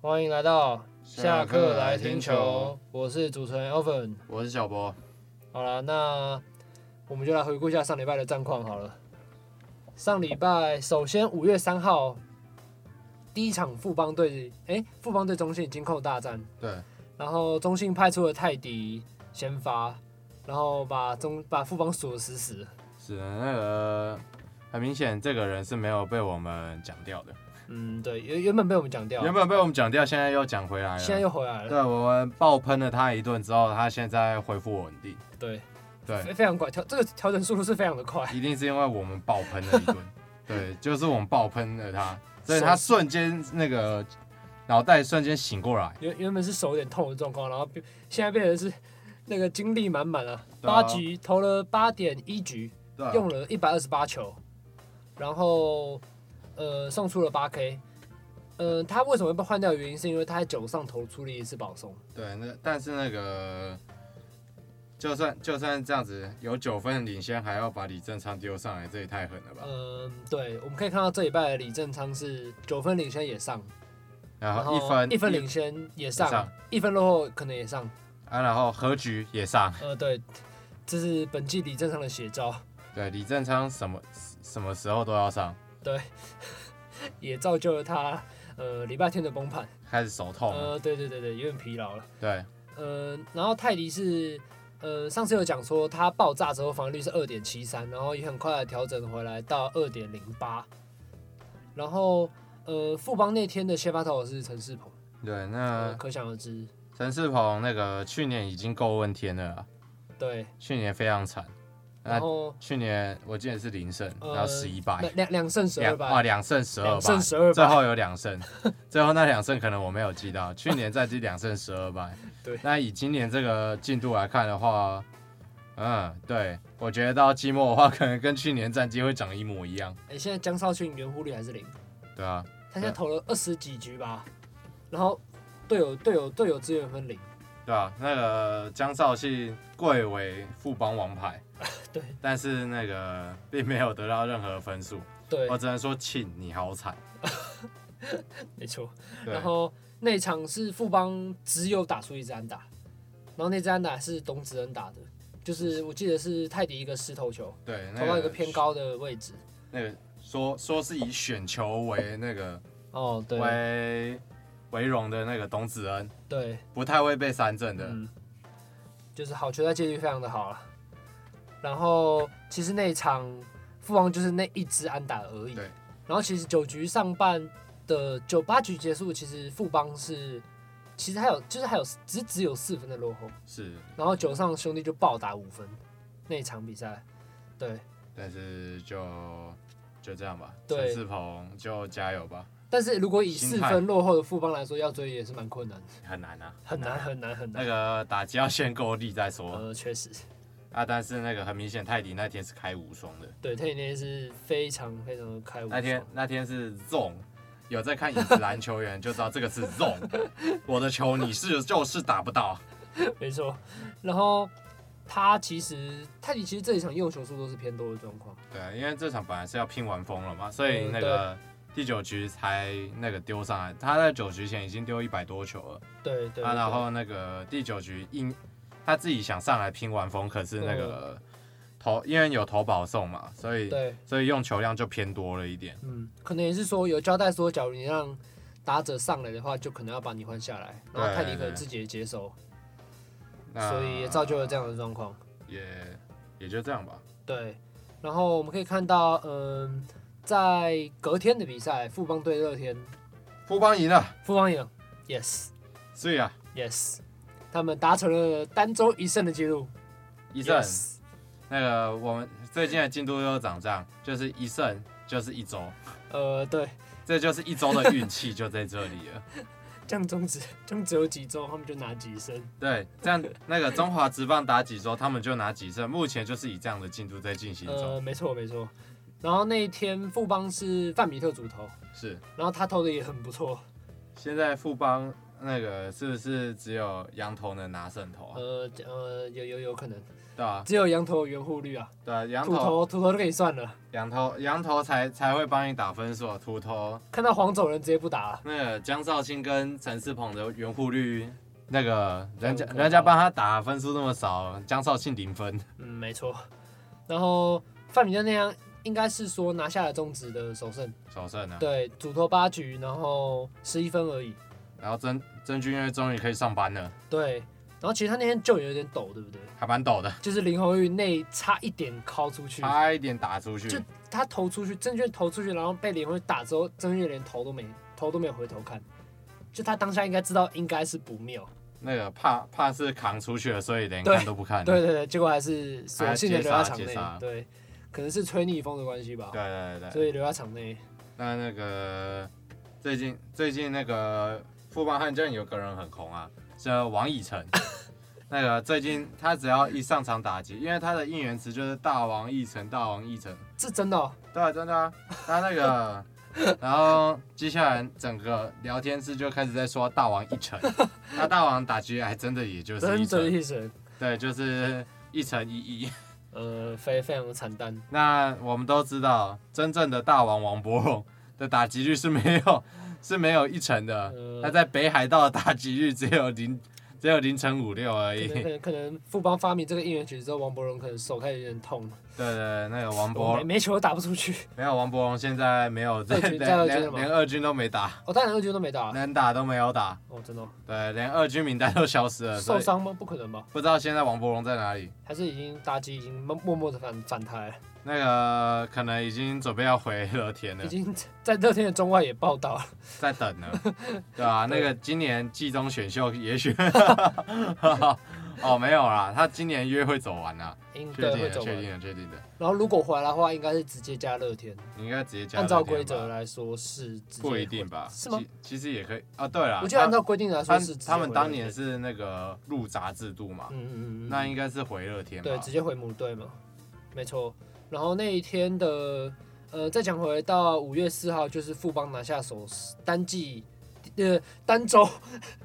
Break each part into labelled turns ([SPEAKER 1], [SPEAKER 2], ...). [SPEAKER 1] 欢迎来到
[SPEAKER 2] 下课来听球，
[SPEAKER 1] 我是主持人 Elvin。
[SPEAKER 2] 我是小博。
[SPEAKER 1] 好了，那我们就来回顾一下上礼拜的战况好了。上礼拜首先五月三号第一场富邦对诶，富邦对中信金扣大战，
[SPEAKER 2] 对，
[SPEAKER 1] 然后中信派出了泰迪先发，然后把中把富邦锁得死死的。
[SPEAKER 2] 是那个很明显，这个人是没有被我们讲掉的。
[SPEAKER 1] 嗯，对，原原本被我们讲掉，
[SPEAKER 2] 原本被我们讲掉，现在又讲回来了。
[SPEAKER 1] 现在又回来了。
[SPEAKER 2] 对我们爆喷了他一顿之后，他现在恢复稳定。
[SPEAKER 1] 对，
[SPEAKER 2] 对，
[SPEAKER 1] 非非常快，调这个调整速度是非常的快。
[SPEAKER 2] 一定是因为我们爆喷 了一顿。对，就是我们爆喷了他，所以他瞬间那个脑袋瞬间醒过来。
[SPEAKER 1] 原原本是手有点痛的状况，然后变现在变成是那个精力满满啊，
[SPEAKER 2] 对啊
[SPEAKER 1] 八局投了八点一局，
[SPEAKER 2] 对啊，
[SPEAKER 1] 用了一百二十八球，然后呃送出了八 K。呃，他为什么会被换掉？原因是因为他在九上投出了一次保送，
[SPEAKER 2] 对，那但是那个。就算就算这样子有九分领先，还要把李正昌丢上来，这也太狠了吧！
[SPEAKER 1] 嗯、对，我们可以看到这礼拜的李正昌是九分领先也上，
[SPEAKER 2] 然
[SPEAKER 1] 然
[SPEAKER 2] 后
[SPEAKER 1] 后
[SPEAKER 2] 一分
[SPEAKER 1] 一分领先也
[SPEAKER 2] 也上
[SPEAKER 1] 上，一分落后可能也上，
[SPEAKER 2] 啊，然后和局也上。
[SPEAKER 1] 呃，对，这是本季李正昌的写照，
[SPEAKER 2] 对，李正昌什么什么时候都要上，
[SPEAKER 1] 也造就了他呃礼拜天的崩盘。
[SPEAKER 2] 开始手痛了。
[SPEAKER 1] 呃，对对对对，有点疲劳了。
[SPEAKER 2] 对
[SPEAKER 1] 呃，然后泰迪是，呃，上次有讲说他爆炸之后防御率是二点七三，然后也很快的调整回来到二点零八。然后，呃，富邦那天的先发投手是陈世鹏，
[SPEAKER 2] 对，
[SPEAKER 1] 呃，
[SPEAKER 2] 那
[SPEAKER 1] 可想而知，
[SPEAKER 2] 陈世鹏那个去年已经够问天了啦，
[SPEAKER 1] 对。
[SPEAKER 2] 去年非常惨。
[SPEAKER 1] 然
[SPEAKER 2] 那
[SPEAKER 1] 后
[SPEAKER 2] 去年我记得是零胜，
[SPEAKER 1] 呃
[SPEAKER 2] 然后十一败
[SPEAKER 1] 两，两两胜呃十
[SPEAKER 2] 两
[SPEAKER 1] 二
[SPEAKER 2] 啊
[SPEAKER 1] 败，
[SPEAKER 2] 两胜十二
[SPEAKER 1] 两胜
[SPEAKER 2] 败，
[SPEAKER 1] 十二
[SPEAKER 2] 最
[SPEAKER 1] 败，
[SPEAKER 2] 后有两胜， 最后那两胜可能我没有记到，去年在这两胜十二败。
[SPEAKER 1] 对
[SPEAKER 2] 那以今年这个进度来看的话，嗯，对我觉得到季末的话，可能跟去年战绩会长一模一样。
[SPEAKER 1] 哎，现在江少庆圆弧率还是零，
[SPEAKER 2] 对啊，
[SPEAKER 1] 他现在
[SPEAKER 2] 对
[SPEAKER 1] 投了二十几局吧，然后队友队友队友资源分零，，
[SPEAKER 2] 对啊，那个江少庆贵为副帮王牌
[SPEAKER 1] 对，
[SPEAKER 2] 但是那个并没有得到任何分数，
[SPEAKER 1] 对
[SPEAKER 2] 我，只能说庆你好惨。
[SPEAKER 1] 没错。
[SPEAKER 2] 对
[SPEAKER 1] 然后那一场是富邦只有打出一支安打，然后那支安打是董子恩打的，就是我记得是泰迪一个石头球，
[SPEAKER 2] 对，
[SPEAKER 1] 投
[SPEAKER 2] 那
[SPEAKER 1] 到
[SPEAKER 2] 个
[SPEAKER 1] 一个偏，高的位置。
[SPEAKER 2] 那个说说是以选球为那个
[SPEAKER 1] 哦，对
[SPEAKER 2] 为为荣的那个董子恩，
[SPEAKER 1] 对，
[SPEAKER 2] 不太会被三振的。
[SPEAKER 1] 嗯，就是好球在界率非常的好了。然后其实那一场富邦就是那一支安打而已。
[SPEAKER 2] 对。
[SPEAKER 1] 然后其实九局上半的九八局结束，其实富邦是其实还有就是还有只只有四分的落后。
[SPEAKER 2] 是，
[SPEAKER 1] 然后九上兄弟就暴打五分那一场比赛，对，
[SPEAKER 2] 但是就就这样吧。
[SPEAKER 1] 对
[SPEAKER 2] 陈世鹏就加油吧，
[SPEAKER 1] 但是如果以四
[SPEAKER 2] 心态
[SPEAKER 1] 分落后的富邦来说，要追也是蛮困难的，
[SPEAKER 2] 很难啊，
[SPEAKER 1] 很难很难很
[SPEAKER 2] 那
[SPEAKER 1] 难。
[SPEAKER 2] 个打击要先够力再说。
[SPEAKER 1] 呃，确实，
[SPEAKER 2] 啊，但是那个很明显，泰迪那天是开无双的，
[SPEAKER 1] 对，他那天是非常非常的开悟。
[SPEAKER 2] 那天那天是 zone，有在看影子篮球员就知道这个是 zone，我的球你是就是打不到，
[SPEAKER 1] 没错，然后他其实泰迪其实这一场用球数都是偏多的状况，
[SPEAKER 2] 对啊，因为这场本来是要拼完风了嘛，所以
[SPEAKER 1] 嗯
[SPEAKER 2] 那个第九局才那个丢上来，他在九局前已经丢一百多球了，
[SPEAKER 1] 对对。
[SPEAKER 2] 啊，然
[SPEAKER 1] 对
[SPEAKER 2] 后那个第九局硬他自己想上来拼完风，可是那个投因为有投保送嘛，所以
[SPEAKER 1] 嗯对，
[SPEAKER 2] 所以用球量就偏多了一点。
[SPEAKER 1] 嗯，可能也是说有交代说，假如你让打者上来的话，就可能要把你换下来，然后
[SPEAKER 2] 对
[SPEAKER 1] 泰迪可
[SPEAKER 2] 对啊
[SPEAKER 1] 能自己也接手，
[SPEAKER 2] 那
[SPEAKER 1] 所以也造就了这样的状况。
[SPEAKER 2] 也也就这样吧。
[SPEAKER 1] 对，然后我们可以看到，嗯，在隔天的比赛，富邦对乐天，
[SPEAKER 2] 富邦赢了，
[SPEAKER 1] 富邦赢，yes
[SPEAKER 2] 所以啊，
[SPEAKER 1] yes，他们达成了单周一胜的记录，
[SPEAKER 2] 一胜
[SPEAKER 1] Yes
[SPEAKER 2] 那个我们最近的进度又涨这样，就是一胜就是一周，
[SPEAKER 1] 呃，对，
[SPEAKER 2] 这就是一周的运气就在这里了。
[SPEAKER 1] 这样终止，这样只有几周，他们就拿几胜，
[SPEAKER 2] 对，这样那个中华职棒打几周，他们就拿几胜，目前就是以这样的进度在进行中。
[SPEAKER 1] 呃，没错没错。然后那一天富邦是范比特主投，
[SPEAKER 2] 是，
[SPEAKER 1] 然后他投的也很不错，
[SPEAKER 2] 现在富邦那个是不是只有羊头能拿胜投啊？
[SPEAKER 1] 呃呃，有有有可能，
[SPEAKER 2] 对啊，
[SPEAKER 1] 只有羊头有圆护率啊，
[SPEAKER 2] 对啊，羊
[SPEAKER 1] 土
[SPEAKER 2] 头
[SPEAKER 1] 头土头就可以算了。
[SPEAKER 2] 羊头羊头才才会帮你打分数啊，秃头
[SPEAKER 1] 看到黄种人直接不打了，
[SPEAKER 2] 那个江少庆跟陈世鹏的圆弧率，那个人家
[SPEAKER 1] 很可怕
[SPEAKER 2] 人家帮他打分数那么少，江少庆零分，
[SPEAKER 1] 嗯，没错。然后范米特那样应该是说拿下了中职的首胜，
[SPEAKER 2] 首胜啊。
[SPEAKER 1] 对，主投八局，然后十一分而已，
[SPEAKER 2] 然后曾曾俊岳终于可以上班了，
[SPEAKER 1] 对。然后其实他那天就有点抖，对不对？
[SPEAKER 2] 还蛮抖的，
[SPEAKER 1] 就是林红玉那差一点敲出去，
[SPEAKER 2] 差一点打出去
[SPEAKER 1] 就。他投出去，郑钧投出去，然后被林红玉打之后，郑钧连头都没头都没有回头看，就他当下应该知道应该是不妙，
[SPEAKER 2] 那个怕怕是扛出去了，所以连
[SPEAKER 1] 对
[SPEAKER 2] 看都不看。
[SPEAKER 1] 对对对，结果还是索性的留在场
[SPEAKER 2] 还接
[SPEAKER 1] 内
[SPEAKER 2] 哎杀接杀，
[SPEAKER 1] 对，可能是吹逆风的关系吧，
[SPEAKER 2] 对对
[SPEAKER 1] 所
[SPEAKER 2] 对。
[SPEAKER 1] 以留在场内。
[SPEAKER 2] 那那个最近最近那个富邦悍将有个人很红啊，叫王 以诚。那个最近他只要一上场打击，因为他的应援词就是大王一诚，大王一诚。
[SPEAKER 1] 是真的哦、
[SPEAKER 2] 对啊，真的啊，他那 个，然后接下来整个聊天室就开始在说大王一 成，那大王打击还真的也就是一
[SPEAKER 1] 真的
[SPEAKER 2] 成，
[SPEAKER 1] 一神，
[SPEAKER 2] 对，就是一成一一。
[SPEAKER 1] 呃，非非常的惨淡，
[SPEAKER 2] 那我们都知道，真正的大王王柏荣的打击率是没有 是没有一成的，
[SPEAKER 1] 呃
[SPEAKER 2] 他在北海道的打击率只有零只有零乘五六而
[SPEAKER 1] 可
[SPEAKER 2] 已。
[SPEAKER 1] 能可
[SPEAKER 2] 对
[SPEAKER 1] 能可能富邦发明这个应援曲之后，王伯荣可能手开始有点痛了，
[SPEAKER 2] 对，对那个王
[SPEAKER 1] 没
[SPEAKER 2] 柏
[SPEAKER 1] 没球都打不出去，
[SPEAKER 2] 没有王柏荣现在没有在
[SPEAKER 1] 二军在二军
[SPEAKER 2] 连
[SPEAKER 1] 了
[SPEAKER 2] 连
[SPEAKER 1] 吗
[SPEAKER 2] 连二军都没打，
[SPEAKER 1] 哦，当然二局都没打，
[SPEAKER 2] 连打都没有打。
[SPEAKER 1] 哦，真的哦、
[SPEAKER 2] 对，连二军名单都消失了，
[SPEAKER 1] 受
[SPEAKER 2] 呃所以
[SPEAKER 1] 伤吗？不可能吧，
[SPEAKER 2] 不知道现在王柏荣在哪里。
[SPEAKER 1] 还是已经打击已经默默默的反反台了，
[SPEAKER 2] 那个可能已经准备要回乐天了
[SPEAKER 1] 已，经在乐天的中外也报道了，
[SPEAKER 2] 在等 呢，对吧、那个今年季中选秀也许，哦没有啦，他今年约会走完啦，
[SPEAKER 1] 应
[SPEAKER 2] 确
[SPEAKER 1] 该
[SPEAKER 2] 定
[SPEAKER 1] 会
[SPEAKER 2] 的，
[SPEAKER 1] 走
[SPEAKER 2] 确
[SPEAKER 1] 完。
[SPEAKER 2] 定啊的，确定的，
[SPEAKER 1] 然后如果回来的话，应该是直接加乐天，
[SPEAKER 2] 你应该直接加。
[SPEAKER 1] 按照规则，来说是直接
[SPEAKER 2] 不一定吧？
[SPEAKER 1] 是吗
[SPEAKER 2] 其？其实也可以啊，对啦，
[SPEAKER 1] 我记得按
[SPEAKER 2] 他
[SPEAKER 1] 照规定来说
[SPEAKER 2] 他
[SPEAKER 1] 是直接
[SPEAKER 2] 他们
[SPEAKER 1] 回
[SPEAKER 2] 当
[SPEAKER 1] 乐
[SPEAKER 2] 年
[SPEAKER 1] 天
[SPEAKER 2] 是那个入闸制度嘛，
[SPEAKER 1] 嗯嗯嗯嗯，
[SPEAKER 2] 那应该是回乐天吧
[SPEAKER 1] 对，？直接回母队嘛，没错。然后那一天的，呃，再讲回到五月四号，就是富邦拿下首单季，呃，单周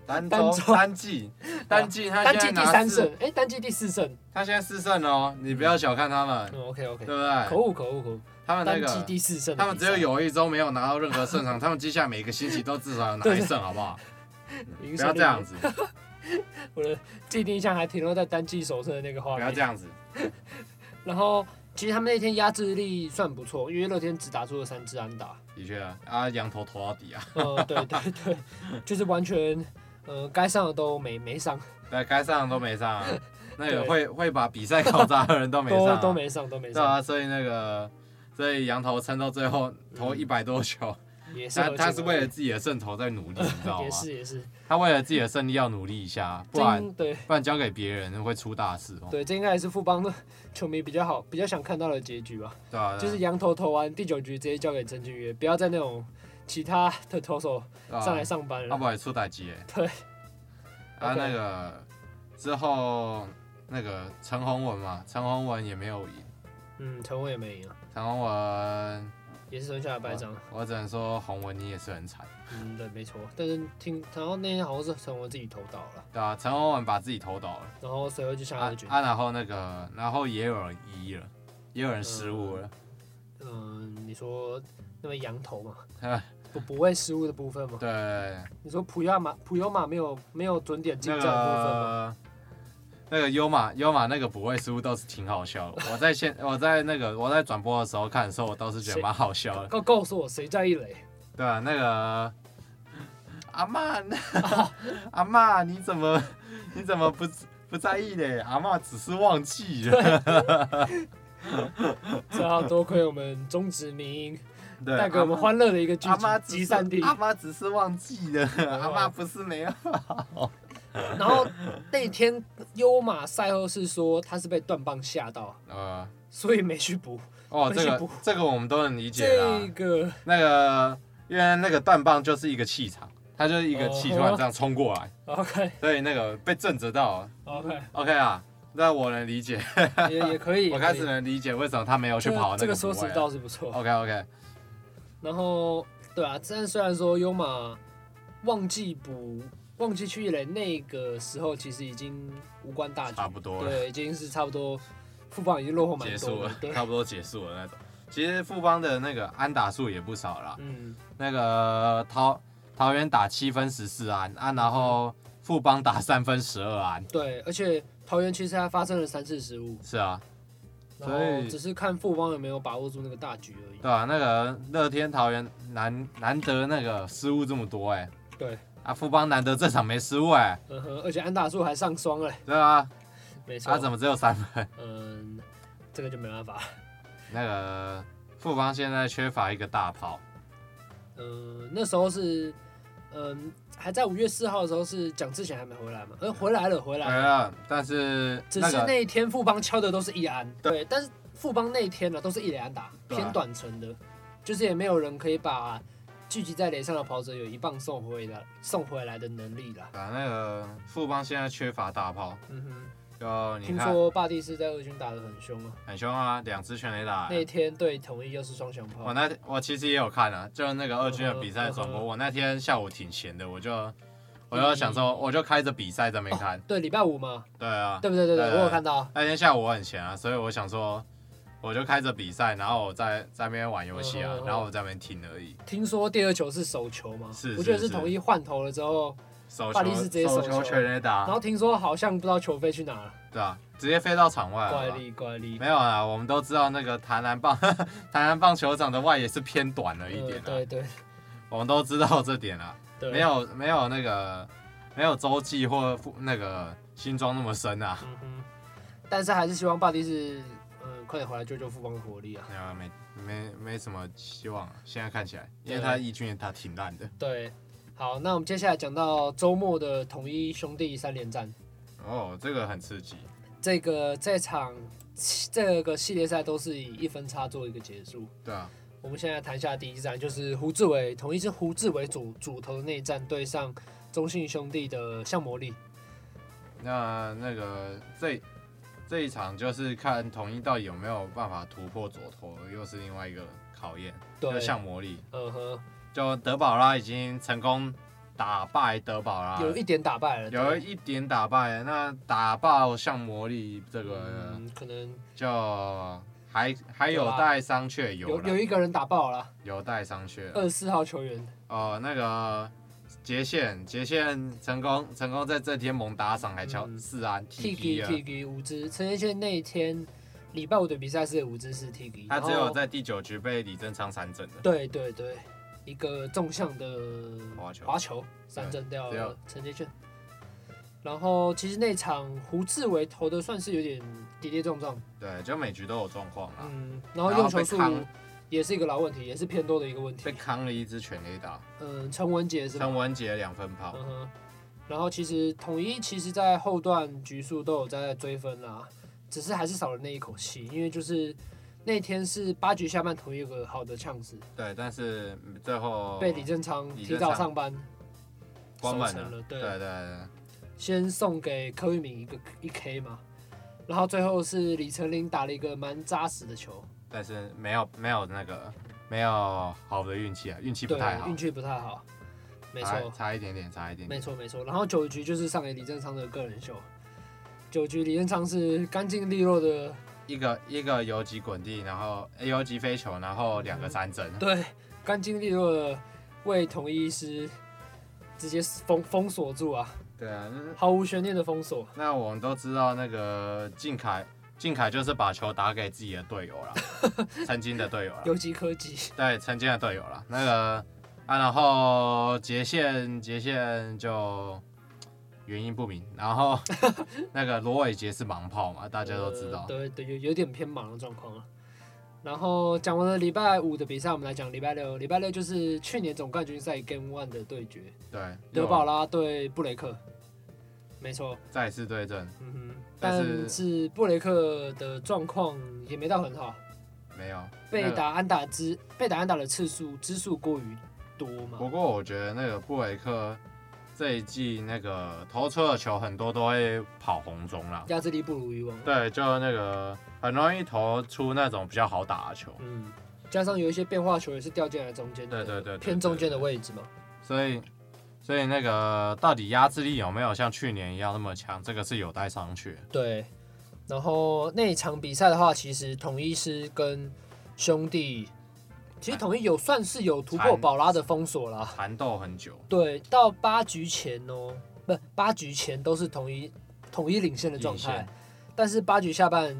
[SPEAKER 2] 单
[SPEAKER 1] 单
[SPEAKER 2] 周
[SPEAKER 1] 周
[SPEAKER 2] 单季单季他
[SPEAKER 1] 单
[SPEAKER 2] 现
[SPEAKER 1] 季
[SPEAKER 2] 在
[SPEAKER 1] 第
[SPEAKER 2] 拿
[SPEAKER 1] 三
[SPEAKER 2] 四
[SPEAKER 1] 胜，哎、单季第四胜，
[SPEAKER 2] 他现在四胜哦，你不要小看他们，
[SPEAKER 1] 嗯，OK OK，
[SPEAKER 2] 对不
[SPEAKER 1] 可
[SPEAKER 2] 对？
[SPEAKER 1] 恶可恶可恶，
[SPEAKER 2] 他们那
[SPEAKER 1] 单季
[SPEAKER 2] 个，
[SPEAKER 1] 第四胜的
[SPEAKER 2] 他
[SPEAKER 1] 比赛，
[SPEAKER 2] 们只有有一周没有拿到任何胜场，他们接下来每个星期都至少有拿一胜，好不 好？
[SPEAKER 1] 有
[SPEAKER 2] 不要这样，子，
[SPEAKER 1] 我的既定印象还停留在单季首胜的那个画
[SPEAKER 2] 不要
[SPEAKER 1] 面
[SPEAKER 2] 这。样子。
[SPEAKER 1] 然后其实他们那天压制力算不错，因为乐天只打出了三支安打，
[SPEAKER 2] 的确啊，啊，羊头投到底啊，
[SPEAKER 1] 呃，对对对，就是完全，呃，该上的都没没上。
[SPEAKER 2] 对，该上都没上啊，那个
[SPEAKER 1] 对
[SPEAKER 2] 会会把比赛搞砸的人都没上
[SPEAKER 1] 都
[SPEAKER 2] 啊，
[SPEAKER 1] 都没上，都没
[SPEAKER 2] 对
[SPEAKER 1] 上，
[SPEAKER 2] 啊，所以那个，所以羊头撑到最后投一百多球，
[SPEAKER 1] 也嗯 是
[SPEAKER 2] 他
[SPEAKER 1] 合
[SPEAKER 2] 他
[SPEAKER 1] 情
[SPEAKER 2] 是
[SPEAKER 1] 合
[SPEAKER 2] 为了
[SPEAKER 1] 理
[SPEAKER 2] 自己的胜投在努 力，你知道
[SPEAKER 1] 也
[SPEAKER 2] 吗？
[SPEAKER 1] 是也是，
[SPEAKER 2] 他为了自己的胜利要努力一下，不
[SPEAKER 1] 这
[SPEAKER 2] 然
[SPEAKER 1] 应对
[SPEAKER 2] 不然交给别人会出大事哦。
[SPEAKER 1] 对，这应该也是富邦的 球迷比较好比较想看到的结局吧，
[SPEAKER 2] 对啊，对啊
[SPEAKER 1] 就是羊头投完第九局直接交给曾俊岳，不要再那种其他的投手
[SPEAKER 2] 对啊
[SPEAKER 1] 上来上班
[SPEAKER 2] 阿
[SPEAKER 1] 了。
[SPEAKER 2] 宝也出打击哎。
[SPEAKER 1] 对。
[SPEAKER 2] 啊，
[SPEAKER 1] OK
[SPEAKER 2] 那个之后那个陈宏文嘛，陈宏文也没有赢，
[SPEAKER 1] 嗯，陈伟也没赢啊，
[SPEAKER 2] 陈宏文，
[SPEAKER 1] 也是剩下的
[SPEAKER 2] 啊
[SPEAKER 1] 白章。
[SPEAKER 2] 我只能说宏文你也是很惨，
[SPEAKER 1] 嗯，对，没错。但是听，然后那天好像是陈伟自己投到了，
[SPEAKER 2] 对啊，陈宏文把自己投倒了，
[SPEAKER 1] 然后随后就下
[SPEAKER 2] 啊
[SPEAKER 1] 了决定。
[SPEAKER 2] 啊，然后那个然后也有人一了，也有人失误了，
[SPEAKER 1] 嗯，你说那么羊头 嘛
[SPEAKER 2] 哎，
[SPEAKER 1] 不不会失误的部分嘛？
[SPEAKER 2] 对，
[SPEAKER 1] 你说普亚马普优马没有没有准点进
[SPEAKER 2] 那
[SPEAKER 1] 账的部分吗？
[SPEAKER 2] 个那个优马优马那个不会失误倒是挺好笑的，我在现我在那个我在转播的时候看的时候，我倒是觉得
[SPEAKER 1] 谁
[SPEAKER 2] 蛮好笑的。
[SPEAKER 1] 告告诉我谁在一垒？
[SPEAKER 2] 对啊，那个阿曼，
[SPEAKER 1] 哦
[SPEAKER 2] 阿曼，你怎么你怎么不不在意嘞？阿曼只是忘记了。
[SPEAKER 1] 这要多亏我们中指民
[SPEAKER 2] 对，
[SPEAKER 1] 带给我们欢乐的一个剧
[SPEAKER 2] 阿妈
[SPEAKER 1] 集集散地。 哦
[SPEAKER 2] 阿妈只是忘记了，阿
[SPEAKER 1] 哇
[SPEAKER 2] 妈不是没有。
[SPEAKER 1] 然后那天优马赛后是说他是被断棒吓到，
[SPEAKER 2] 呃，
[SPEAKER 1] 所以没去补。
[SPEAKER 2] 哦，
[SPEAKER 1] 回去
[SPEAKER 2] 这个
[SPEAKER 1] 补
[SPEAKER 2] 这个我们都能理解
[SPEAKER 1] 这
[SPEAKER 2] 啦。
[SPEAKER 1] 个
[SPEAKER 2] 那个，因为那个断棒就是一个气场，它就是一个气突然这样冲过来，
[SPEAKER 1] OK
[SPEAKER 2] 所以那个被震着到。
[SPEAKER 1] OK
[SPEAKER 2] OK 啊，那我能理解，
[SPEAKER 1] 也也可以。
[SPEAKER 2] 我开始
[SPEAKER 1] 也可以
[SPEAKER 2] 能理解为什么他没有去
[SPEAKER 1] 这个
[SPEAKER 2] 跑那
[SPEAKER 1] 这个
[SPEAKER 2] 补
[SPEAKER 1] 说
[SPEAKER 2] 位啊
[SPEAKER 1] 辞
[SPEAKER 2] 了哦
[SPEAKER 1] 倒是不错。
[SPEAKER 2] OK OK，
[SPEAKER 1] 然后对啊，但虽然说优马忘记补忘记去垒那个时候其实已经无关大局，
[SPEAKER 2] 差不多了
[SPEAKER 1] 对，已经是差不多，富邦已经落后蛮
[SPEAKER 2] 结束
[SPEAKER 1] 多的
[SPEAKER 2] 了，，
[SPEAKER 1] 对，
[SPEAKER 2] 差不多结束了那种。其实富邦的那个安打数也不少啦，
[SPEAKER 1] 嗯，
[SPEAKER 2] 那个桃桃园打七分十四安啊，然后富邦打三分十二安，
[SPEAKER 1] 对，而且桃园其实还发生了三次失误，
[SPEAKER 2] 是啊，
[SPEAKER 1] 然
[SPEAKER 2] 所
[SPEAKER 1] 后
[SPEAKER 2] 以
[SPEAKER 1] 只是看富邦有没有把握住那个大局而已。
[SPEAKER 2] 对啊，那个乐天桃园难难得那个失误这么多哎、
[SPEAKER 1] 对，
[SPEAKER 2] 啊富邦难得这场没失误哎、
[SPEAKER 1] 嗯哼，而且安打数还上双了，
[SPEAKER 2] 对啊，
[SPEAKER 1] 没错，
[SPEAKER 2] 他、怎么只有三分？
[SPEAKER 1] 嗯，这个就没办法，
[SPEAKER 2] 那个富邦现在缺乏一个大炮，
[SPEAKER 1] 嗯，那时候是，嗯，还在五月四号的时候是蒋志贤还没回来嘛，呃，回来了，回来
[SPEAKER 2] 对
[SPEAKER 1] 了，
[SPEAKER 2] 啊，但是
[SPEAKER 1] 只
[SPEAKER 2] 那
[SPEAKER 1] 是
[SPEAKER 2] 个
[SPEAKER 1] 那一天富邦敲的都是一安，对，但是富邦那一天呢、都是一垒安打，
[SPEAKER 2] 对啊
[SPEAKER 1] 偏短程的，就是也没有人可以把聚集在垒上的跑者有一棒送回来送回来的能力啦。
[SPEAKER 2] 啊那个富邦现在缺乏大炮，
[SPEAKER 1] 嗯哼，
[SPEAKER 2] 就你
[SPEAKER 1] 听
[SPEAKER 2] 看
[SPEAKER 1] 说霸蒂斯在二军打得很凶啊，
[SPEAKER 2] 很凶啊，两支全垒打、
[SPEAKER 1] 那一天对统一又是双响炮
[SPEAKER 2] 我，那我其实也有看啊，就是那个二军的比
[SPEAKER 1] 哦
[SPEAKER 2] 赛转播。我那天下午挺闲的，我
[SPEAKER 1] 嗯
[SPEAKER 2] 就我就想说，我就开着比赛在那边看。
[SPEAKER 1] 对，礼拜五嘛，
[SPEAKER 2] 对啊，
[SPEAKER 1] 对不对？对对，
[SPEAKER 2] 对
[SPEAKER 1] 我有看到，
[SPEAKER 2] 那天下午我很闲啊，所以我想说，我就开着比赛，然后我在在那边玩游戏啊
[SPEAKER 1] 嗯嗯，嗯
[SPEAKER 2] 然后我在那边听而已。
[SPEAKER 1] 听说第二球是手球嘛，
[SPEAKER 2] 是
[SPEAKER 1] 我记得
[SPEAKER 2] 是
[SPEAKER 1] 是
[SPEAKER 2] 啊是
[SPEAKER 1] 统一换头了之后，
[SPEAKER 2] 手
[SPEAKER 1] 巴黎
[SPEAKER 2] 球
[SPEAKER 1] 是直接手
[SPEAKER 2] 手
[SPEAKER 1] 球
[SPEAKER 2] 球全垒
[SPEAKER 1] 然后
[SPEAKER 2] 打，
[SPEAKER 1] 听说好像不知道球飞去哪了，
[SPEAKER 2] 对啊，直接飞到场外
[SPEAKER 1] 怪
[SPEAKER 2] 了吧。
[SPEAKER 1] 力怪力，
[SPEAKER 2] 没有啊，我们都知道那个台南棒 台南棒球场的外也是偏短了一
[SPEAKER 1] 呃
[SPEAKER 2] 点啊，
[SPEAKER 1] 对对
[SPEAKER 2] 我们都知道这点啊。
[SPEAKER 1] 对，
[SPEAKER 2] 没，有没有那个没有洲际或附那个新庄那么深啊，
[SPEAKER 1] 嗯哼，但是还是希望巴蒂斯，嗯，快点回来救救富邦的活力啊。
[SPEAKER 2] 没有没没没什么希望、啊。现在看起来，因为他一军也打挺烂的
[SPEAKER 1] 对，好，那我们接下来讲到周末的统一兄弟三连战，
[SPEAKER 2] 哦，这个很刺激。
[SPEAKER 1] 这个这场这个系列赛都是以一分差做一个结束。
[SPEAKER 2] 对啊，
[SPEAKER 1] 我们现在谈下第一战，就是胡志伟统一是胡志伟主主投的那一战对上中信兄弟的向魔力。
[SPEAKER 2] 那那个这这一场就是看统一到底有没有办法突破左投，又是另外一个考验。
[SPEAKER 1] 对
[SPEAKER 2] 就，像魔力，
[SPEAKER 1] 嗯哼，
[SPEAKER 2] 就德保拉已经成功打败德保拉，
[SPEAKER 1] 有一点打败了，
[SPEAKER 2] 啊有
[SPEAKER 1] 对
[SPEAKER 2] 一点打败，那打爆像魔力这个。
[SPEAKER 1] 嗯，可能
[SPEAKER 2] 就还还有待商榷，有
[SPEAKER 1] 有
[SPEAKER 2] 啦
[SPEAKER 1] 有一个人打爆了，
[SPEAKER 2] 有待商榷啦。
[SPEAKER 1] 二十四号球员，
[SPEAKER 2] 哦，那个杰线杰线成功成功在这天猛打赏，还敲
[SPEAKER 1] 嗯
[SPEAKER 2] 四安
[SPEAKER 1] T G
[SPEAKER 2] T 啊 P 了
[SPEAKER 1] T。G 五支，陈彦宪那一天礼拜五的比赛是五支是 T G，
[SPEAKER 2] 他只有在第九局被李正昌三振的，
[SPEAKER 1] 对对对，一个纵向的
[SPEAKER 2] 滑球
[SPEAKER 1] 滑球三振掉
[SPEAKER 2] 只
[SPEAKER 1] 了
[SPEAKER 2] 有
[SPEAKER 1] 陈杰炫。然后其实那场胡志伟投的算是有点跌跌撞撞，
[SPEAKER 2] 对，就每局都有状况啊，
[SPEAKER 1] 嗯，然后
[SPEAKER 2] 然后
[SPEAKER 1] 用球
[SPEAKER 2] 被
[SPEAKER 1] 数
[SPEAKER 2] 扛
[SPEAKER 1] 也是一个老问题，也是偏多的一个问
[SPEAKER 2] 被
[SPEAKER 1] 题。
[SPEAKER 2] 扛了一支全垒打，
[SPEAKER 1] 嗯，陈文杰是吧？
[SPEAKER 2] 陈文杰两分炮，
[SPEAKER 1] 嗯哼，然后其实统一其实在后段局数都有在追分啦，只是还是少了那一口气，因为就是那天是八局下半统一有个好的呛死，
[SPEAKER 2] 对，但是嗯最后
[SPEAKER 1] 被李正昌
[SPEAKER 2] 李
[SPEAKER 1] 提
[SPEAKER 2] 正
[SPEAKER 1] 早
[SPEAKER 2] 昌
[SPEAKER 1] 上班
[SPEAKER 2] 关
[SPEAKER 1] 守
[SPEAKER 2] 门
[SPEAKER 1] 成了，
[SPEAKER 2] 对对对，
[SPEAKER 1] 先送给柯玉敏一个一 K 嘛，然后最后是李成林打了一个蛮扎实的球，
[SPEAKER 2] 但是没有没有那个没有好的运气啊，运气不
[SPEAKER 1] 对
[SPEAKER 2] 太，好哎
[SPEAKER 1] 运，气不太好，没错，
[SPEAKER 2] 差差一点点，差一点点
[SPEAKER 1] 没。错没错，然后九局就是上给李正昌的个人秀，九局李正昌是干净利落 的，
[SPEAKER 2] 一个一个游击滚地，然后诶游击飞球，然后两个三振，
[SPEAKER 1] 对，干净利落的为统一师直接封封锁住啊，
[SPEAKER 2] 对啊，嗯
[SPEAKER 1] 毫无悬念的封锁，
[SPEAKER 2] 那我们都知道那个靖凯，靖凯就是把球打给自己的队友 啦，曾经的队友啦，
[SPEAKER 1] 游击科技，
[SPEAKER 2] 对，曾经的队友啦。那个啊，然后杰线杰线就原因不明，然后那个罗伟杰是盲炮嘛，大家都知道
[SPEAKER 1] 呃，对对，有有点偏忙的状况了。啊然后讲完了礼拜五的比赛，我们来讲礼拜六。礼拜六就是去年总冠军赛 Game One 的对决，
[SPEAKER 2] 对，啊
[SPEAKER 1] 德保拉对布雷克。没错，
[SPEAKER 2] 再次对阵，
[SPEAKER 1] 嗯哼，
[SPEAKER 2] 但是
[SPEAKER 1] 但是布雷克的状况也没到很好，
[SPEAKER 2] 没有
[SPEAKER 1] 被。
[SPEAKER 2] 那个
[SPEAKER 1] 打安打之被打安打的次数支数过于多嘛
[SPEAKER 2] 不。过我觉得那个布雷克这一季那个投出的球很多都会跑红中啦，
[SPEAKER 1] 压制力不如以往，
[SPEAKER 2] 对，就那个很容易投出那种比较好打的球，
[SPEAKER 1] 嗯，加上有一些变化球也是掉进来中间的，
[SPEAKER 2] 对对对对
[SPEAKER 1] 偏中间的位置嘛。
[SPEAKER 2] 所以所以那个到底压制力有没有像去年一样那么强，这个是有待商榷。
[SPEAKER 1] 对，然后那一场比赛的话，其实统一是跟兄弟，其实统一有算是有突破
[SPEAKER 2] 惨
[SPEAKER 1] 宝拉的封锁啦。
[SPEAKER 2] 缠斗很久，
[SPEAKER 1] 对，到八局前哦，不，八局前都是统一统一领先的状
[SPEAKER 2] 领
[SPEAKER 1] 态
[SPEAKER 2] 先，
[SPEAKER 1] 但是八局下半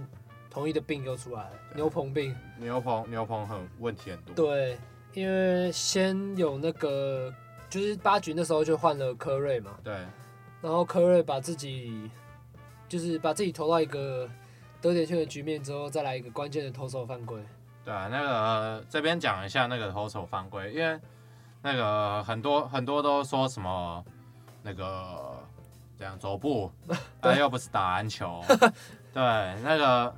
[SPEAKER 1] 统一的病又出来了，
[SPEAKER 2] 啊
[SPEAKER 1] 牛棚病。
[SPEAKER 2] 牛棚牛棚很问题很多。
[SPEAKER 1] 对，因为先有那个就是八局那时候就换了科瑞嘛，
[SPEAKER 2] 对
[SPEAKER 1] 然后科瑞把自己就是把自己投到一个得点圈的局面之后，再来一个关键的投手犯规。
[SPEAKER 2] 对啊，那个、呃这边讲一下那个投手犯规，因为那个很多很多都说什么那个这样走步，但又不是打篮球，对，那个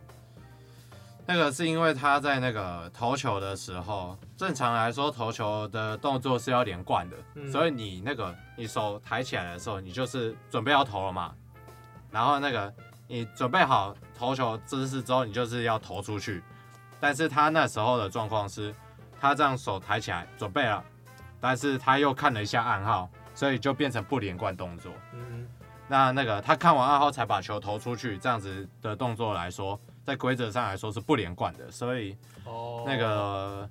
[SPEAKER 2] 那个是因为他在那个投球的时候，正常来说投球的动作是要连贯的，
[SPEAKER 1] 嗯
[SPEAKER 2] 所以你那个你手抬起来的时候，你就是准备要投了嘛，然后那个你准备好投球姿势之后，你就是要投出去。但是他那时候的状况是，他这样手抬起来准备了，但是他又看了一下暗号，所以就变成不连贯动作。
[SPEAKER 1] 嗯，
[SPEAKER 2] 那那个他看完暗号才把球投出去，这样子的动作来说，在规则上来说是不连贯的，所以
[SPEAKER 1] 哦，
[SPEAKER 2] 那个，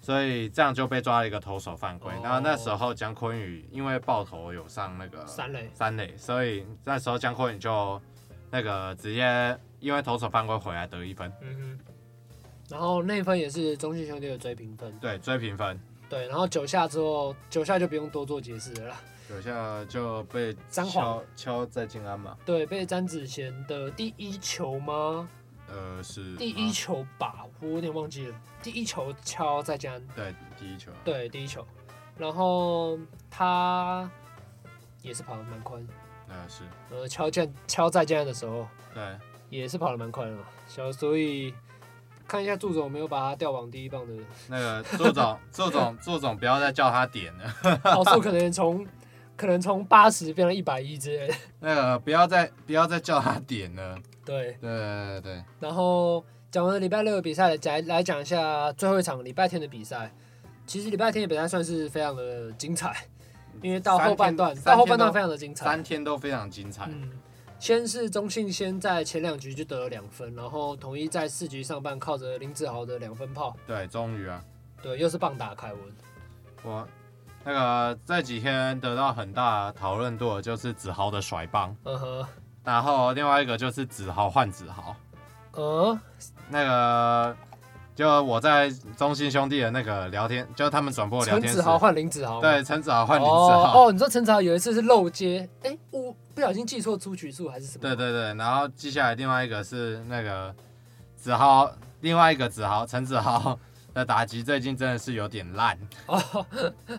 [SPEAKER 2] 所以这样就被抓了一个投手犯规
[SPEAKER 1] 哦。
[SPEAKER 2] 然后那时候姜昆宇因为爆头有上那个
[SPEAKER 1] 三垒，
[SPEAKER 2] 三垒，所以那时候姜昆宇就那个直接因为投手犯规回来得一分，
[SPEAKER 1] 嗯哼，然后那一分也是中信兄弟的追平分。
[SPEAKER 2] 对，追平分。
[SPEAKER 1] 对，然后九下之后，九下就不用多做解释了啦。
[SPEAKER 2] 有下就被
[SPEAKER 1] 张晃
[SPEAKER 2] 敲敲在静安嘛，
[SPEAKER 1] 对，被詹子贤的第一球吗？
[SPEAKER 2] 呃是
[SPEAKER 1] 第一
[SPEAKER 2] 吗
[SPEAKER 1] 球吧，我有点忘记了。第一球敲在詹，
[SPEAKER 2] 对第一球，啊
[SPEAKER 1] 对，第一球。然后他也是跑得蛮快的，
[SPEAKER 2] 呃是
[SPEAKER 1] 呃，敲键敲在键的时候
[SPEAKER 2] 对
[SPEAKER 1] 也是跑得蛮快的嘛。小所以看一下助总有没有把他调往第一棒的
[SPEAKER 2] 那个祝总祝总祝总不要再叫他点了，
[SPEAKER 1] 跑速，可能从可能从八十变成一百一之类的。
[SPEAKER 2] 那个不要再不要再叫他点了，
[SPEAKER 1] 对，
[SPEAKER 2] 对对对对，
[SPEAKER 1] 然后讲完了礼拜六的比赛，来来讲一下最后一场礼拜天的比赛。其实礼拜天的比赛算是非常的精彩，因为到
[SPEAKER 2] 三
[SPEAKER 1] 后半
[SPEAKER 2] 天
[SPEAKER 1] 段，
[SPEAKER 2] 三
[SPEAKER 1] 到后
[SPEAKER 2] 天
[SPEAKER 1] 半段
[SPEAKER 2] 都
[SPEAKER 1] 非常的精彩。
[SPEAKER 2] 三天都非常精彩，
[SPEAKER 1] 嗯，先是中信先在前两局就得了两分，然后统一在四局上半靠着林志豪的两分炮，
[SPEAKER 2] 对，终于啊，
[SPEAKER 1] 对，又是棒打凯文。
[SPEAKER 2] 我那个这几天得到很大讨论度的就是子豪的甩棒，
[SPEAKER 1] 嗯哼，
[SPEAKER 2] 然后另外一个就是子豪换子豪，
[SPEAKER 1] 嗯，
[SPEAKER 2] 那个就我在中信兄弟的那个聊天，就他们转播的聊
[SPEAKER 1] 陈
[SPEAKER 2] 天
[SPEAKER 1] 子
[SPEAKER 2] 室，
[SPEAKER 1] 豪换林子豪吗，
[SPEAKER 2] 对，陈子豪换林子
[SPEAKER 1] 哦
[SPEAKER 2] 豪，
[SPEAKER 1] 哦，你说陈子豪有一次是漏接，哎，我不小心记错出局数还是什么？
[SPEAKER 2] 对对对，然后接下来另外一个是那个子豪，另外一个子豪陈子豪的打击最近真的是有点烂，
[SPEAKER 1] 哦，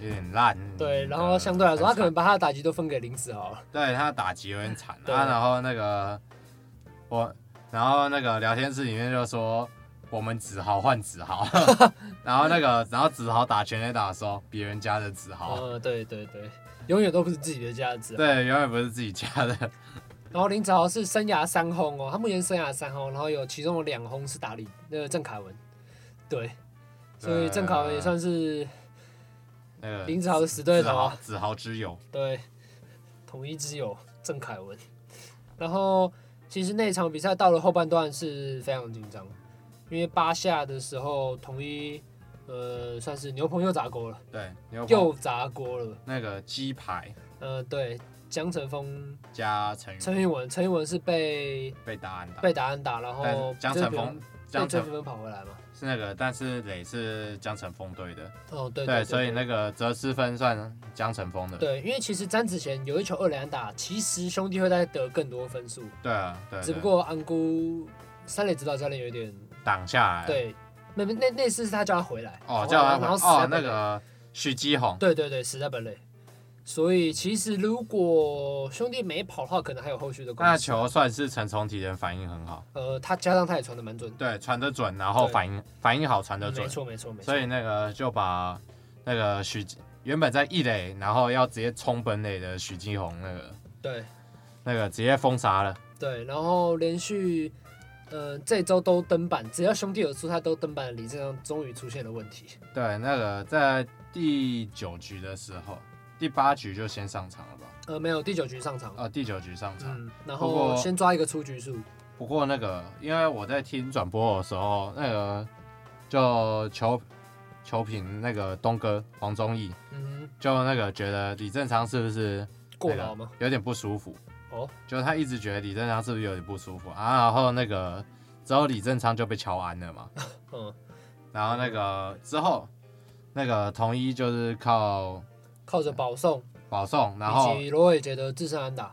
[SPEAKER 2] 有点烂，
[SPEAKER 1] 对，然
[SPEAKER 2] 呃
[SPEAKER 1] 后相对来说，他
[SPEAKER 2] 很
[SPEAKER 1] 可
[SPEAKER 2] 惨
[SPEAKER 1] 能把他的打击都分给林子豪了。
[SPEAKER 2] 对他打击有点惨
[SPEAKER 1] 对
[SPEAKER 2] 啊，然后那个我，然后那个聊天室里面就说我们子豪换子 豪，然后那个然后子豪打全垒打的时候，别人家的子豪。
[SPEAKER 1] 嗯，对对对，永远都不是自己的价值。
[SPEAKER 2] 哦
[SPEAKER 1] 啊
[SPEAKER 2] 对，永远不是自己家的。
[SPEAKER 1] 然后林子豪是生涯三轰哦，他目前生涯三轰，然后有其中有两轰是打李那个郑凯文，对，所以郑凯文也算是
[SPEAKER 2] 那个
[SPEAKER 1] 林子豪的死对
[SPEAKER 2] 子
[SPEAKER 1] 头
[SPEAKER 2] 豪
[SPEAKER 1] 啊，
[SPEAKER 2] 子豪之友，
[SPEAKER 1] 对，统一之友郑凯文。然后其实那场比赛到了后半段是非常紧张，因为八下的时候统一呃算是牛棚又砸锅了，
[SPEAKER 2] 对，牛
[SPEAKER 1] 又砸锅了，
[SPEAKER 2] 那个鸡排
[SPEAKER 1] 呃对，江晨峰、
[SPEAKER 2] 加陈宇
[SPEAKER 1] 陈玉文，陈玉文是被
[SPEAKER 2] 被打安打，
[SPEAKER 1] 被哦打安打，然后
[SPEAKER 2] 但江
[SPEAKER 1] 就是
[SPEAKER 2] 晨
[SPEAKER 1] 比较
[SPEAKER 2] 峰
[SPEAKER 1] 被
[SPEAKER 2] 江
[SPEAKER 1] 追
[SPEAKER 2] 晨
[SPEAKER 1] 分跑回来嘛。
[SPEAKER 2] 是那个，但是磊是江晨峰队的，
[SPEAKER 1] 哦，对对，
[SPEAKER 2] 对，所以那个折失分算江晨峰的，
[SPEAKER 1] 对，因为其实詹子贤有一球二连打，其实兄弟会再得更多分数，
[SPEAKER 2] 对啊，对，
[SPEAKER 1] 只不
[SPEAKER 2] 对
[SPEAKER 1] 过安姑三垒指导教练有一点
[SPEAKER 2] 挡下来，，
[SPEAKER 1] 对，那那那次是他叫他回来，
[SPEAKER 2] 哎哦，
[SPEAKER 1] 然后
[SPEAKER 2] 叫他
[SPEAKER 1] 然
[SPEAKER 2] 回
[SPEAKER 1] 后死在
[SPEAKER 2] 哦，
[SPEAKER 1] 本
[SPEAKER 2] 那
[SPEAKER 1] 垒，
[SPEAKER 2] 个许基宏，
[SPEAKER 1] 对对对，死在本垒。所以其实如果兄弟没跑的话，可能还有后续的攻
[SPEAKER 2] 那
[SPEAKER 1] 势。
[SPEAKER 2] 球算是陈崇体人反应很好，
[SPEAKER 1] 呃，他加上他也传的蛮准，
[SPEAKER 2] 对，传得准，然后
[SPEAKER 1] 对
[SPEAKER 2] 反应反应好，传得
[SPEAKER 1] 没
[SPEAKER 2] 准，
[SPEAKER 1] 错没错没错
[SPEAKER 2] 所。以那个就把那个许原本在一垒，然后要直接冲本垒的许基宏，那个
[SPEAKER 1] 对
[SPEAKER 2] 那个直接封杀了，
[SPEAKER 1] 对，然后连续呃这周都登板，只要兄弟有出，他都登板的李正章终于出现了问题。
[SPEAKER 2] 对，那个在第九局的时候，第八局就先上场了吧？
[SPEAKER 1] 呃，没有第九局上场，
[SPEAKER 2] 啊，第九局上场。
[SPEAKER 1] 嗯，然
[SPEAKER 2] 不
[SPEAKER 1] 后
[SPEAKER 2] 过
[SPEAKER 1] 先抓一个出局数，
[SPEAKER 2] 不过那个，因为我在听转播的时候，那个就球球评那个东哥黄宗义，
[SPEAKER 1] 嗯
[SPEAKER 2] 就那个觉得李正昌是不是
[SPEAKER 1] 哼，过劳吗？
[SPEAKER 2] 有点不舒服？
[SPEAKER 1] 哦，
[SPEAKER 2] 就他一直觉得李正昌是不是有点不舒服啊？然后那个之后李正昌就被乔安了嘛，
[SPEAKER 1] 嗯，
[SPEAKER 2] 然后那个之后那个统一就是靠
[SPEAKER 1] 靠着保送
[SPEAKER 2] 保送，嗯然后
[SPEAKER 1] 以及罗伟杰的自身安打，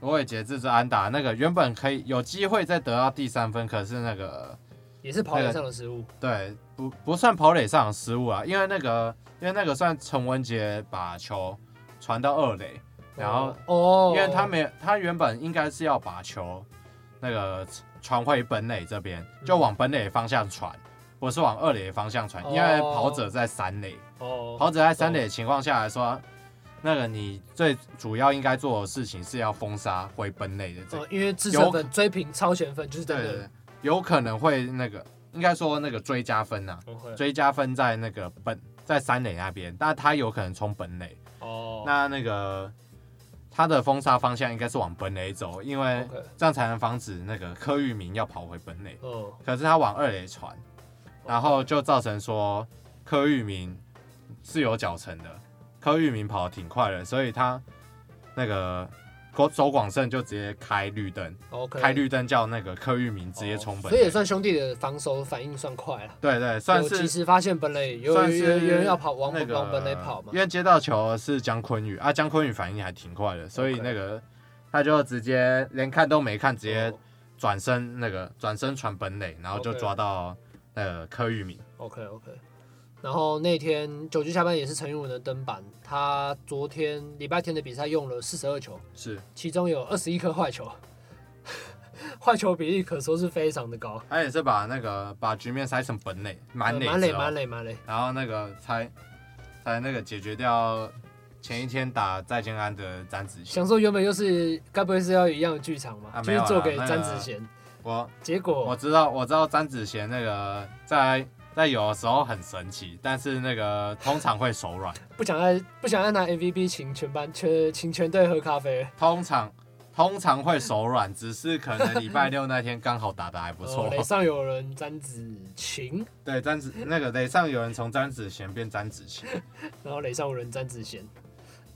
[SPEAKER 2] 罗伟杰这支安打，那个原本可以有机会再得到第三分，可是那个
[SPEAKER 1] 也是跑垒上的失误。
[SPEAKER 2] 对不不算跑垒上的失误啊，因为那个因为那个算陈文杰把球传到二垒，然后
[SPEAKER 1] 哦，
[SPEAKER 2] 因为他没他原本应该是要把球那个传回本垒这边，就往本垒方向传，不是往二垒方向传，因为
[SPEAKER 1] 哦
[SPEAKER 2] 跑者在三垒，
[SPEAKER 1] 哦，
[SPEAKER 2] 跑者在三垒的情况下来说，那个你最主要应该做的事情是要封杀回本垒的这
[SPEAKER 1] 呃因为自身分追平超前分就是在
[SPEAKER 2] 对
[SPEAKER 1] 那
[SPEAKER 2] 对
[SPEAKER 1] 里
[SPEAKER 2] 对，有可能会那个，应该说那个追加分呐、
[SPEAKER 1] 哦会
[SPEAKER 2] 追加分在那个本在三垒那边，但他有可能冲本垒，
[SPEAKER 1] 哦，
[SPEAKER 2] 那那个他的封杀方向应该是往本垒走，因为
[SPEAKER 1] OK
[SPEAKER 2] 这样才能防止那个柯玉明要跑回本垒，
[SPEAKER 1] 嗯，
[SPEAKER 2] 可是他往二垒传，
[SPEAKER 1] 哦
[SPEAKER 2] 然后就造成说柯玉明是有脚程的，柯玉明跑得挺快的，所以他那个周周广胜就直接开绿灯。
[SPEAKER 1] OK，
[SPEAKER 2] 开绿灯叫那个柯玉明直接冲
[SPEAKER 1] 哦
[SPEAKER 2] 本垒，
[SPEAKER 1] 所以也算兄弟的防守反应算快了。
[SPEAKER 2] 对对，算
[SPEAKER 1] 有及
[SPEAKER 2] 是
[SPEAKER 1] 时发现本垒有有
[SPEAKER 2] 算
[SPEAKER 1] 有
[SPEAKER 2] 是
[SPEAKER 1] 有人要跑往
[SPEAKER 2] 那个
[SPEAKER 1] 往本垒跑嘛
[SPEAKER 2] 因，为接到球的是姜昆宇啊，姜昆宇反应还挺快的，所以
[SPEAKER 1] OK
[SPEAKER 2] 那个他就直接连看都没看，直接
[SPEAKER 1] 哦
[SPEAKER 2] 转身那个转身传本垒，然后就
[SPEAKER 1] OK
[SPEAKER 2] 抓到那个柯玉明。
[SPEAKER 1] OK OK，然后那天九局下半也是陈玉文的登板，他昨天礼拜天的比赛用了四十二球，
[SPEAKER 2] 是，
[SPEAKER 1] 其中有二十一颗坏球， 坏球比例可说是非常的高，
[SPEAKER 2] 他也是把那个把局面塞成本垒，满垒
[SPEAKER 1] 呃满垒
[SPEAKER 2] 之后
[SPEAKER 1] 满垒满垒，
[SPEAKER 2] 然后那个才才那个解决掉前一天打在建安的詹子贤
[SPEAKER 1] 想。说原本又是该不会是要一样的剧场嘛，
[SPEAKER 2] 啊
[SPEAKER 1] 就
[SPEAKER 2] 没有
[SPEAKER 1] 是做
[SPEAKER 2] 啦
[SPEAKER 1] 给
[SPEAKER 2] 那
[SPEAKER 1] 詹
[SPEAKER 2] 个
[SPEAKER 1] 子贤，
[SPEAKER 2] 我
[SPEAKER 1] 结果
[SPEAKER 2] 我知道，我知道詹子贤那个在在有的时候很神奇，但是那个通常会手软，
[SPEAKER 1] 不想再不想再拿 MVP 请全班全请全队喝咖啡了，
[SPEAKER 2] 通常通常会手软，只是可能礼拜六那天刚好打的还不错
[SPEAKER 1] 呃。垒上有人詹子晴，
[SPEAKER 2] 对，詹子那个垒上有人从詹子贤变詹子贤，
[SPEAKER 1] 然后垒上无人詹子贤。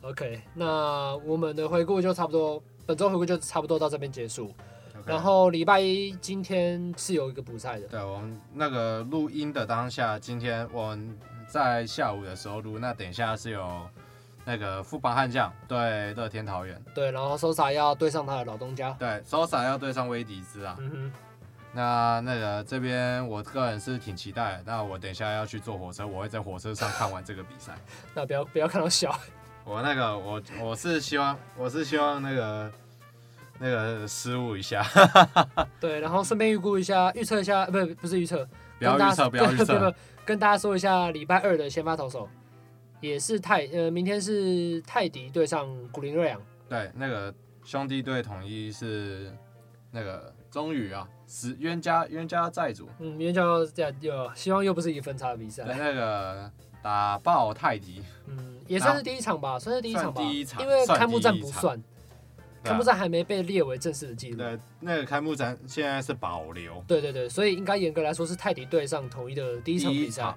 [SPEAKER 1] OK，那我们的回顾就差不多，本周回顾就差不多到这边结束。
[SPEAKER 2] OK
[SPEAKER 1] 然后礼拜一今天是有一个补赛的，
[SPEAKER 2] 对我们那个录音的当下，今天我们在下午的时候录，那等一下是有那个富邦悍将对乐天桃园，
[SPEAKER 1] 对，然后 Sosa 要对上他的老东家，
[SPEAKER 2] 对，手傻要对上威迪兹啊。
[SPEAKER 1] 嗯
[SPEAKER 2] 那那个这边我个人是挺期待的，那我等一下要去坐火车，我会在火车上看完这个比赛。
[SPEAKER 1] 哼，那不要不要看到笑，
[SPEAKER 2] 我那个我我是希望我是希望那个那个失误 一下，
[SPEAKER 1] 对，然后顺便预估一下，预测一下，不不是预测，
[SPEAKER 2] 不要预测，
[SPEAKER 1] 跟大家
[SPEAKER 2] 不要预
[SPEAKER 1] 对
[SPEAKER 2] 测。，
[SPEAKER 1] 跟大家说一下礼拜二的先发投手，也是泰呃，明天是泰迪对上古林瑞阳，
[SPEAKER 2] 对，那个兄弟队统一是那个终于啊，死冤家冤家债主，
[SPEAKER 1] 嗯，明天就要这样，有希望又不是一分差的比
[SPEAKER 2] 对
[SPEAKER 1] 赛，
[SPEAKER 2] 那个打爆泰迪，
[SPEAKER 1] 嗯，也算是第一场吧，算是第一场吧，
[SPEAKER 2] 算第一场
[SPEAKER 1] 因为
[SPEAKER 2] 算
[SPEAKER 1] 开幕战
[SPEAKER 2] 第一
[SPEAKER 1] 不
[SPEAKER 2] 场啊
[SPEAKER 1] 算，开幕战还没被列为正式的记录。
[SPEAKER 2] 对那个开幕战现在是保留
[SPEAKER 1] 对对对，所以应该严格来说是泰迪对上统一的第一场比赛。。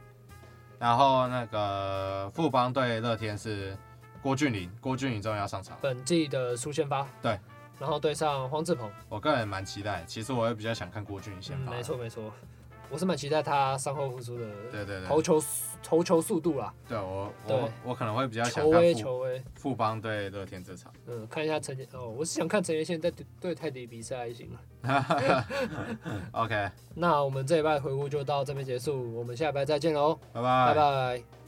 [SPEAKER 2] 然后那个富邦对乐天是郭俊麟，郭俊麟终于要上场，
[SPEAKER 1] 本季的苏先发。
[SPEAKER 2] 对。
[SPEAKER 1] 然后对上黄志鹏，
[SPEAKER 2] 我个人蛮期待。其实我也比较想看郭俊麟先
[SPEAKER 1] 嗯，
[SPEAKER 2] 发、
[SPEAKER 1] 没。错没错，我是蛮期待他伤后复苏的
[SPEAKER 2] 对对对，
[SPEAKER 1] 投球投球速度啦，
[SPEAKER 2] 对我
[SPEAKER 1] 对
[SPEAKER 2] 我我可能会比较想
[SPEAKER 1] 球威
[SPEAKER 2] 看富
[SPEAKER 1] 球威，
[SPEAKER 2] 富邦对乐天这场。
[SPEAKER 1] 嗯，看一下陈杰哦，我是想看陈杰宪在对对泰迪比赛还行啊了。
[SPEAKER 2] OK，
[SPEAKER 1] 那我们这一拜回顾就到这边结束，我们下一拜再见喽，
[SPEAKER 2] 拜
[SPEAKER 1] 拜
[SPEAKER 2] 拜。
[SPEAKER 1] 拜。